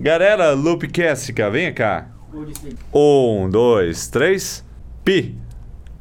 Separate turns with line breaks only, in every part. Galera, Loopcast, cá, venha cá. Um, dois, três. Pi.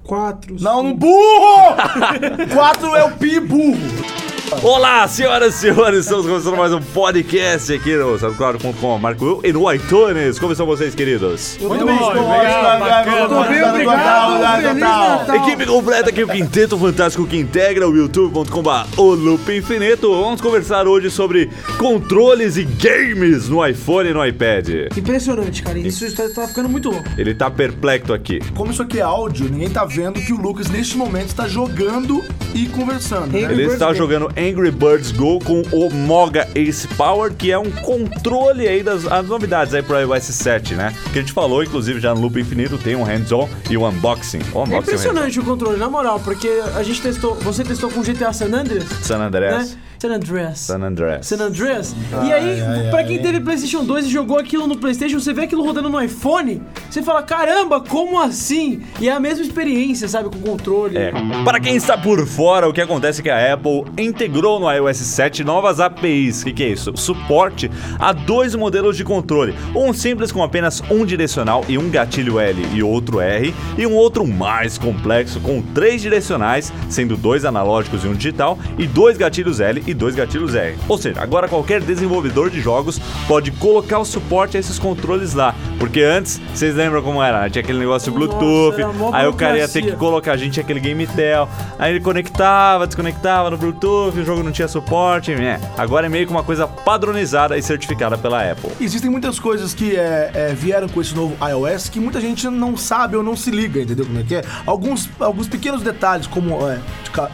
Quatro.
Não, burro! Quatro é o pi burro.
Olá, senhoras e senhores, estamos começando mais um podcast aqui no SoundCloud.com. Marco eu e no iTunes. Como estão vocês, queridos?
Muito
bom, legal, bacana. Tudo bem, obrigado, Feliz Natal.
Equipe completa aqui, o Quinteto Fantástico que integra o youtube.com.br O Loop Infinito. Vamos conversar hoje sobre controles e games no iPhone e no iPad.
Impressionante, cara. Isso está, tá ficando muito louco.
Ele tá perplexo aqui.
Como isso aqui é áudio, ninguém tá vendo que o Lucas, neste momento, está jogando e conversando. né?
Ele-
Ele está
Birds Go.
jogando Angry Birds Go com o Moga Ace Power, que é um controle aí das as novidades aí pro iOS 7, né? Que a gente falou, inclusive, já no Loop Infinito, tem um hands-on e um unboxing. O unboxing
É
é
impressionante o controle, na moral, porque a gente testou. Você testou com GTA San Andreas?
San Andreas.
Né? San Andreas.
San Andreas.
San Andreas. e aí, pra quem teve PlayStation 2 e jogou aquilo no PlayStation, você vê aquilo rodando no iPhone, você fala: caramba, como assim? E é a mesma experiência, sabe? Com o controle.
É. Para quem está por fora, o que acontece é que a Apple integrou no iOS 7 novas APIs. O que, que é isso? Suporte a dois modelos de controle. Um simples com apenas um direcional e um gatilho L e outro R, e um outro mais complexo com três direcionais, sendo dois analógicos e um digital, e dois gatilhos L e dois gatilhos R. Ou seja, agora qualquer desenvolvedor de jogos pode colocar o suporte a esses controles lá. Porque antes, vocês lembram como era? né? Tinha aquele negócio de
Nossa,
Bluetooth,
era mó
aí o cara ia ter que
burocracia.
colocar a gente aquele game tel. Aí ele conectava, desconectava no Bluetooth, o jogo não tinha suporte, né? Agora é meio que uma coisa padronizada e certificada pela Apple.
Existem muitas coisas que é, é, vieram com esse novo iOS que muita gente não sabe ou não se liga, entendeu como é que é? Alguns, alguns pequenos detalhes, como, é, de ca-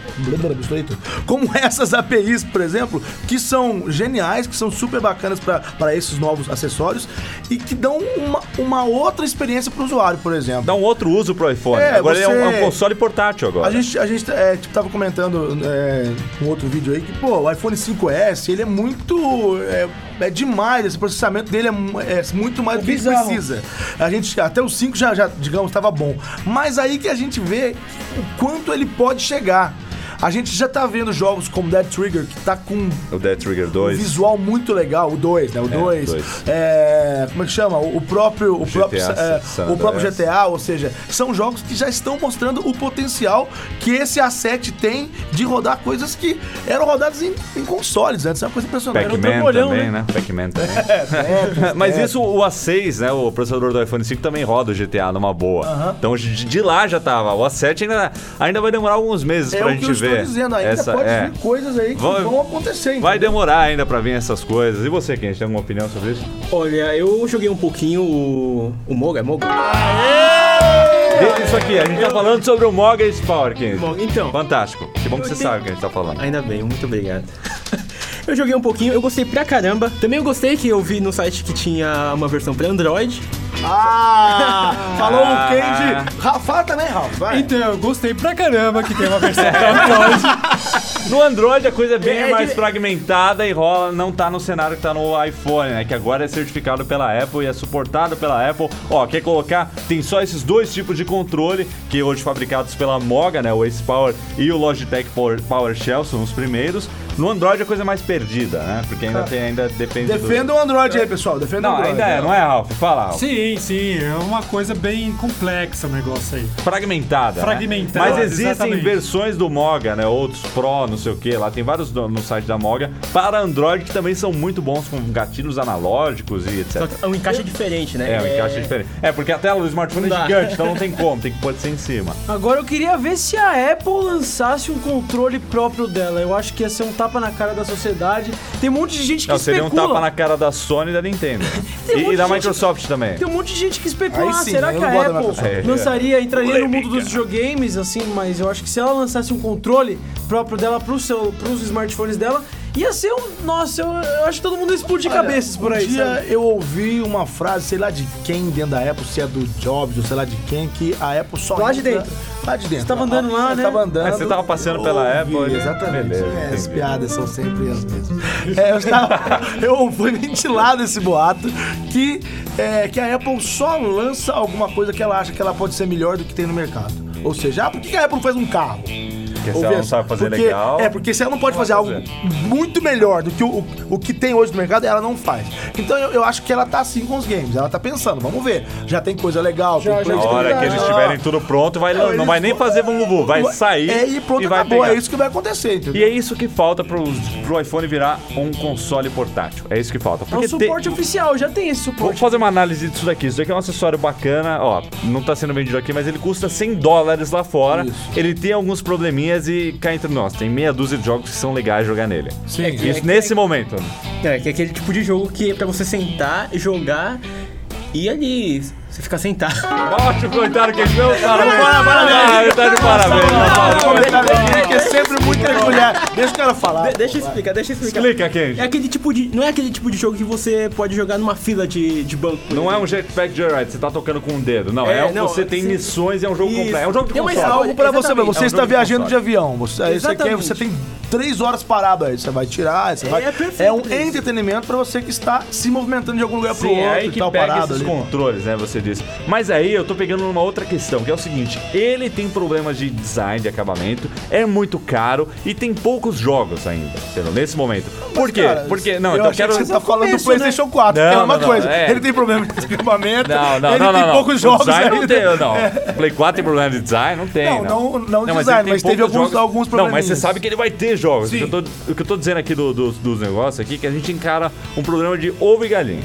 como essas APIs, por exemplo, que são geniais, que são super bacanas para esses novos acessórios e que dão uma, uma outra experiência para o usuário, por exemplo.
Dá um outro uso pro iPhone.
É,
agora ele é um,
você-
é um console portátil agora.
A gente, a gente é, tipo, tava comentando é, um outro vídeo aí que, pô, o iPhone 5S, ele é muito. É, é demais, esse processamento dele é, mu- é muito mais do que a gente
bizarro.
precisa. A gente, até o 5 já, já digamos, estava bom. Mas aí que a gente vê o quanto ele pode chegar. A gente já tá vendo jogos como Dead Trigger, que tá com
O Death Trigger 2.
Um Visual muito legal, o 2, né? O 2.
dois.
É, como é que chama? O o próprio, o próprio, é,
San
o próprio
Andreas.
GTA, ou seja, são jogos que já estão mostrando o potencial que esse A7 tem de rodar coisas que eram rodadas em, em consoles antes. É uma coisa impressionante.
Pac-Man
Era um trambolhão,
também, né?
né?
É,
Pac-Man também. Mas isso, o A6, né? O processador do iPhone 5 também roda o GTA numa boa. Então de, de lá já tava. O A7 ainda, ainda vai demorar alguns meses
É
pra
o que
gente
eu
ver.
estou dizendo, ainda
essa,
pode
é.
vir coisas aí que
Vai-
vão acontecer.
Vai
entendeu?
demorar ainda pra vir essas coisas. E você, Ken, tem alguma opinião sobre isso?
Olha, eu joguei um pouquinho o. O Moga, é Moga?
Desde isso aqui, a gente tá falando sobre o Morgan Power, Ken.
Moga, então.
Fantástico. Que bom que
Eu
você
tenho-
sabe o que a gente tá falando.
Ainda bem, um muito obrigado. Eu joguei um pouquinho, eu gostei pra caramba. Também eu gostei que eu vi no site que tinha uma versão pra Android.
um-
Ah! falou
Ah.
o Candy. Rafa também, Rafa. Vai.
Então, eu gostei pra caramba que tem uma versão pra
No É, Android a coisa é bem
É, é
mais
que-
fragmentada e rola, não tá no cenário que tá no iPhone, né? Que agora é certificado pela Apple e é suportado pela Apple. Ó, quer colocar? Tem só esses dois tipos de controle, que hoje fabricados pela Moga, né? O Ace Power e o Logitech Power, PowerShell são os primeiros. No Android a coisa é mais perdida, né? Porque ainda tem, ainda depende do-
Defenda o Android aí, pessoal. Defenda o
Não,
Android. né?
ainda é, não é, Ralph? Fala, Ralph.
Sim, sim, é uma coisa bem complexa o negócio aí.
fragmentada. né?
Fragmentada,
Mas existem
exatamente.
versões do Moga, né? Outros Pro, não sei o que. Lá tem vários no, no site da Moga para Android que também são muito bons com gatilhos analógicos e etc.
Só que o encaixe é diferente, né?
É, um encaixe diferente. É, porque a tela do smartphone
Não
é
dá.
gigante, então não tem como, tem que pôr ser em cima.
Agora eu queria ver se a Apple lançasse um controle próprio dela. Eu acho que ia ser um tapa na cara da sociedade. Tem um monte de gente que
Não, seria
especula.
um tapa na cara da Sony e da Nintendo.
Tem um
e,
monte
e da
de gente-
Microsoft também.
Tem um monte de gente que especula,
Aí
ah,
sim, né?
será
eu
que
não
a
gosto da Microsoft.
Apple
É.
lançaria, entraria no mundo
Polêmica.
dos videogames, assim, mas eu acho que se ela lançasse um controle próprio dela pro seu, pros smartphones dela, ia ser um... Nossa, eu, eu acho que todo mundo ia explodir
Olha,
cabeças por aí,
Um dia
sabe?
eu ouvi uma frase, sei lá de quem dentro da Apple, se é do Jobs ou sei lá de quem, que a Apple só.
Lá Tá de
entra-
dentro.
Lá de dentro. Você
tava andando lá, né?
Tava andando.
Ah, você tava passando pela
Eu
Apple,
ouvi,
né?
Exatamente.
Beleza,
é, as
entendi.
piadas são sempre as mesmas. É, eu, estava, eu fui ventilado esse boato que, é, que a Apple só lança alguma coisa que ela acha que ela pode ser melhor do que tem no mercado. Ou seja, ah, por que a Apple não faz um carro?
Porque se ela
Ou
não
verso.
sabe fazer
Porque-
legal.
É, porque se ela não pode fazer algo muito melhor do que o, o, o que tem hoje no mercado, ela não faz. Então eu, eu acho que ela tá assim com os games. Ela tá pensando, vamos ver. Já tem coisa legal,
Já-
tem
já
Na
PlayStation
hora que eles tiverem tudo pronto, vai, não,
eles
vai nem fazer vum vai sair
É, e pronto,
e vai
acabou.
pegar.
É isso que vai acontecer,
E
entendeu?
é isso que falta pro, pro iPhone virar um console portátil. É isso que falta.
É um
Porque te-
suporte oficial, já tem esse
Vamos
suporte.
fazer uma análise disso daqui. Isso daqui é um acessório bacana, ó. Não tá sendo vendido aqui, mas ele custa 100 dólares lá fora. Ele tem alguns probleminhas e cá entre nós. Tem meia dúzia de jogos que são legais jogar nele.
Sim.
Isso nesse momento.
É, que é aquele tipo de jogo que é pra você sentar, jogar e ali. Você ficar sentado.
Ótimo comentário que deu, cara.
Bora, parabéns.
Ah, ele tá de parabéns. parabéns.
Que é sempre muito mergulhar. Deixa o cara falar.
deixa eu explicar, deixa eu explicar.
Explica, Kenji.
É aquele tipo de. Não é aquele tipo de jogo que você pode jogar numa fila de, de banco.
Não é um jetpack joyride, você tá tocando com o dedo. Não, é,
É,
um que
não,
você tem
sim.
missões, é um jogo
Isso.
completo. É um jogo de
Tem uma
console.
história.
algo pra você, mas
Exatamente.
É
você
um
está
jogo de
viajando de
console.
avião. Você, isso aqui é-
Exatamente.
você tem três horas parado aí. Você vai tirar, você
É,
vai.
é perfeito
um
isso.
entretenimento pra você que está se movimentando de algum lugar pro
Sim, é
outro
aí
e
que
tal,
pega
tá parado
esses
ali.
controles, né? Você disse. Mas aí eu tô pegando numa outra questão, que é o seguinte: ele tem problemas de design, de acabamento, é muito caro e tem poucos jogos ainda, entendeu? Nesse momento. Por quê?
Cara,
Porque. Não,
eu
então
achei
quero.
que você tá falando do
começo,
PlayStation 4,
Não,
que é uma
não, não,
coisa.
é.
Ele tem problema de escapamento,
Não, não,
ele
não,
tem
não, não.
poucos
O
jogos
design
ainda. É.
não tem, não. Play 4 tem problema de design? Não tem.
Não, não- não
ele
design,
tem
mas teve
poucos
alguns- alguns
Não, mas você
probleminhas.
sabe que ele vai ter jogos. O que,
Sim.
eu tô, o que eu tô dizendo aqui do- do- dos negócios aqui é que a gente encara um problema de ovo e galinha.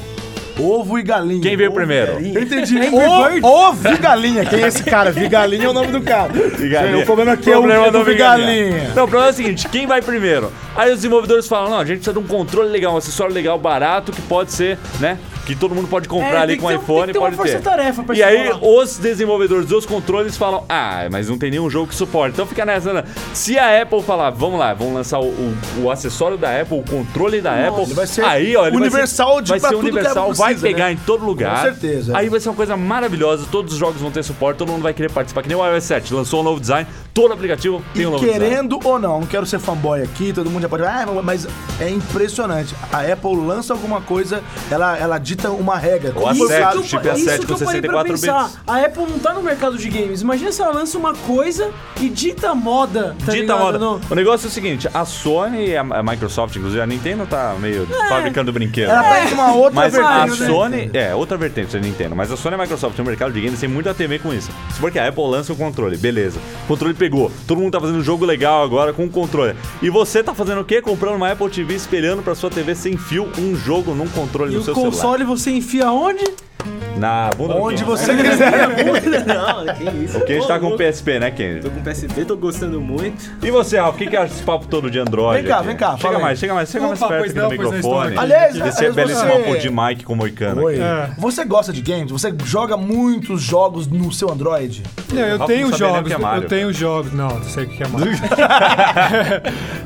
Ovo e galinha.
Quem veio
Ovo-
primeiro?
Eu entendi. O- Ovo e galinha. Quem é esse cara? Vigalinha é o nome do cara.
Vigalinha.
O problema aqui é o
Problema
é do
do
Vigalinha.
Não, o problema é o seguinte, quem vai primeiro? Aí os desenvolvedores falam, não, a gente precisa de um controle legal, um acessório legal, barato, que pode ser, né, que todo mundo pode comprar
É,
ali
tem
com
que ter um-
iPhone,
tem que ter uma
pode ter.
força-tarefa pra
e
chegar
aí
lá.
os desenvolvedores dos controles falam, ah, mas não tem nenhum jogo que suporte. Então fica nessa, né? se a Apple falar, vamos lá, vamos lançar o, o- o acessório da Apple, o controle da Apple,
vai ser
aí, ó, ele
universal
vai ser,
de-
vai
pra
ser
tudo que a
universal,
Apple
vai
precisa,
pegar
né?
em todo lugar.
Com certeza, é.
Aí vai ser uma coisa maravilhosa, todos os jogos vão ter suporte, todo mundo vai querer participar, que nem o iOS 7, lançou um novo design, todo aplicativo tem um
E
novo design.
querendo ou não, não quero ser fanboy aqui, todo mundo já pode. Ah, mas é impressionante. A Apple lança alguma coisa, ela, ela dita uma regra.
Ou
Tudo
a
foi
sete,
usado.
o chip A7
isso que
com
eu parei pra
64
pensar.
bits.
A Apple não tá no mercado de games. Imagina se ela lança uma coisa e dita moda. Tá
Dita
ligado?
moda.
Não.
O negócio é o seguinte: a Sony e a a Microsoft, inclusive, a Nintendo tá meio fabricando brinquedo. né?
Ela tá com uma outra
Mas a
vertente, né?
Sony. É, outra vertente da Nintendo. Mas a Sony e a Microsoft no mercado de games tem muito a temer com isso. Se for que a Apple lança o controle, beleza. O controle pegou. Todo mundo tá fazendo um jogo legal agora com o controle. E você tá fazendo o quê? Comprando uma Apple TV, espelhando pra sua TV sem fio um jogo num controle
E
no
o
seu
console você enfia onde?
celular. Na bunda do Kenji.
Onde você quiser.
não, que isso.
O Kenji
Ô,
tá com o
louco.
PSP, né, Kenji?
Tô com PSP, tô gostando muito.
E você, Ralf, o que, que acha desse papo todo de Android?
Vem cá,
aqui?
vem cá, fala
Chega
aí.
mais, chega mais, chega mais
Opa,
perto
pois
aqui do
não, pois não, estou
microfone.
aqui.
Aliás,
Esse é
aliás,
belíssimo
você-
papo de Mike com o Moicano.
Oi.
É.
Você gosta de games? Você joga muitos jogos no seu Android?
Não, eu
Rafa
tenho
não sabe nem o
jogos.
que é Mario.
eu tenho jogos. Não, não sei o que é Mario.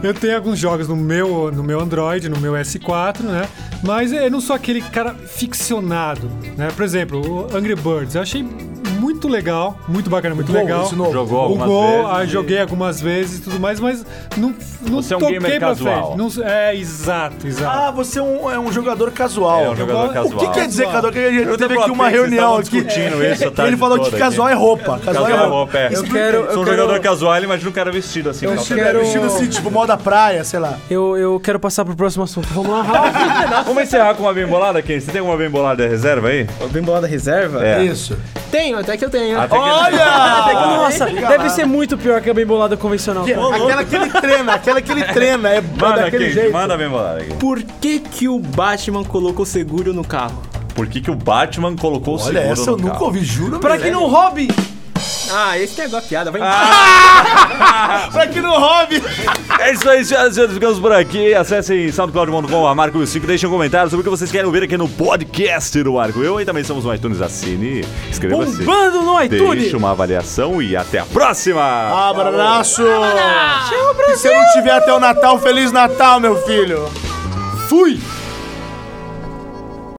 eu tenho alguns jogos no meu, no meu Android, no meu S4, né? Mas eu não sou aquele cara ficcionado, né? Por exemplo, o Angry Birds. Eu achei muito legal, muito bacana, muito
Gol,
legal.
esse novo.
Jogou
O
algumas
Gol,
vezes
ah,
e-
joguei algumas vezes e tudo mais, mas não, não
Você é um
toquei
gamer
pra
casual.
frente. Não- é, exato, exato.
Ah, você é um, é um jogador casual.
É um jogador
o
casual.
O que quer dizer casual? Que a gente
Eu
teve
tava
aqui
pensando,
uma
vocês
reunião
estavam
aqui.
discutindo isso a tarde
ele falou
toda
que casual
aqui.
é roupa. Casual,
Casual
é
é
roupa.
roupa, é.
Eu quero.
Sou um
Eu quero,
jogador casual, ele imagina um cara vestido assim. calça
quero-
branca.
Vestido assim, tipo, moda praia, sei lá.
Eu, eu quero passar pro próximo assunto. Vamos lá,
Vamos encerrar com uma bem bolada, Ken? Você tem alguma bem bolada da reserva aí?
Bem bolada reserva?
É.
Isso.
Tenho, até que eu tenho.
Até Ah, que-
Nossa, deve ser muito pior que a bem bolada convencional.
é?
cara.
Aquela que ele treina, aquela que ele treina, é
Manda,
daquele
Ken,
jeito.
manda a bem bolada aqui.
Por que que o Batman colocou seguro no carro?
Por que, que o Batman colocou o
Olha,
seguro
essa
no
eu nunca
carro?
ouvi, juro.
Pra quem não hobby, Ah,
Ah, esse que é a piada, vai
pra quem não hobby.
É isso aí, senhoras e senhores, ficamos por aqui. Acessem soundcloud.com, a Marco 5, deixem um comentário sobre o que vocês querem ouvir aqui no podcast do Marco. Eu e também somos no iTunes, assine, inscreva-se.
bombando no iTunes.
Deixe uma avaliação e até a próxima!
Abraço.
É
Se eu não tiver até o Natal, Feliz Natal, meu filho. Fui.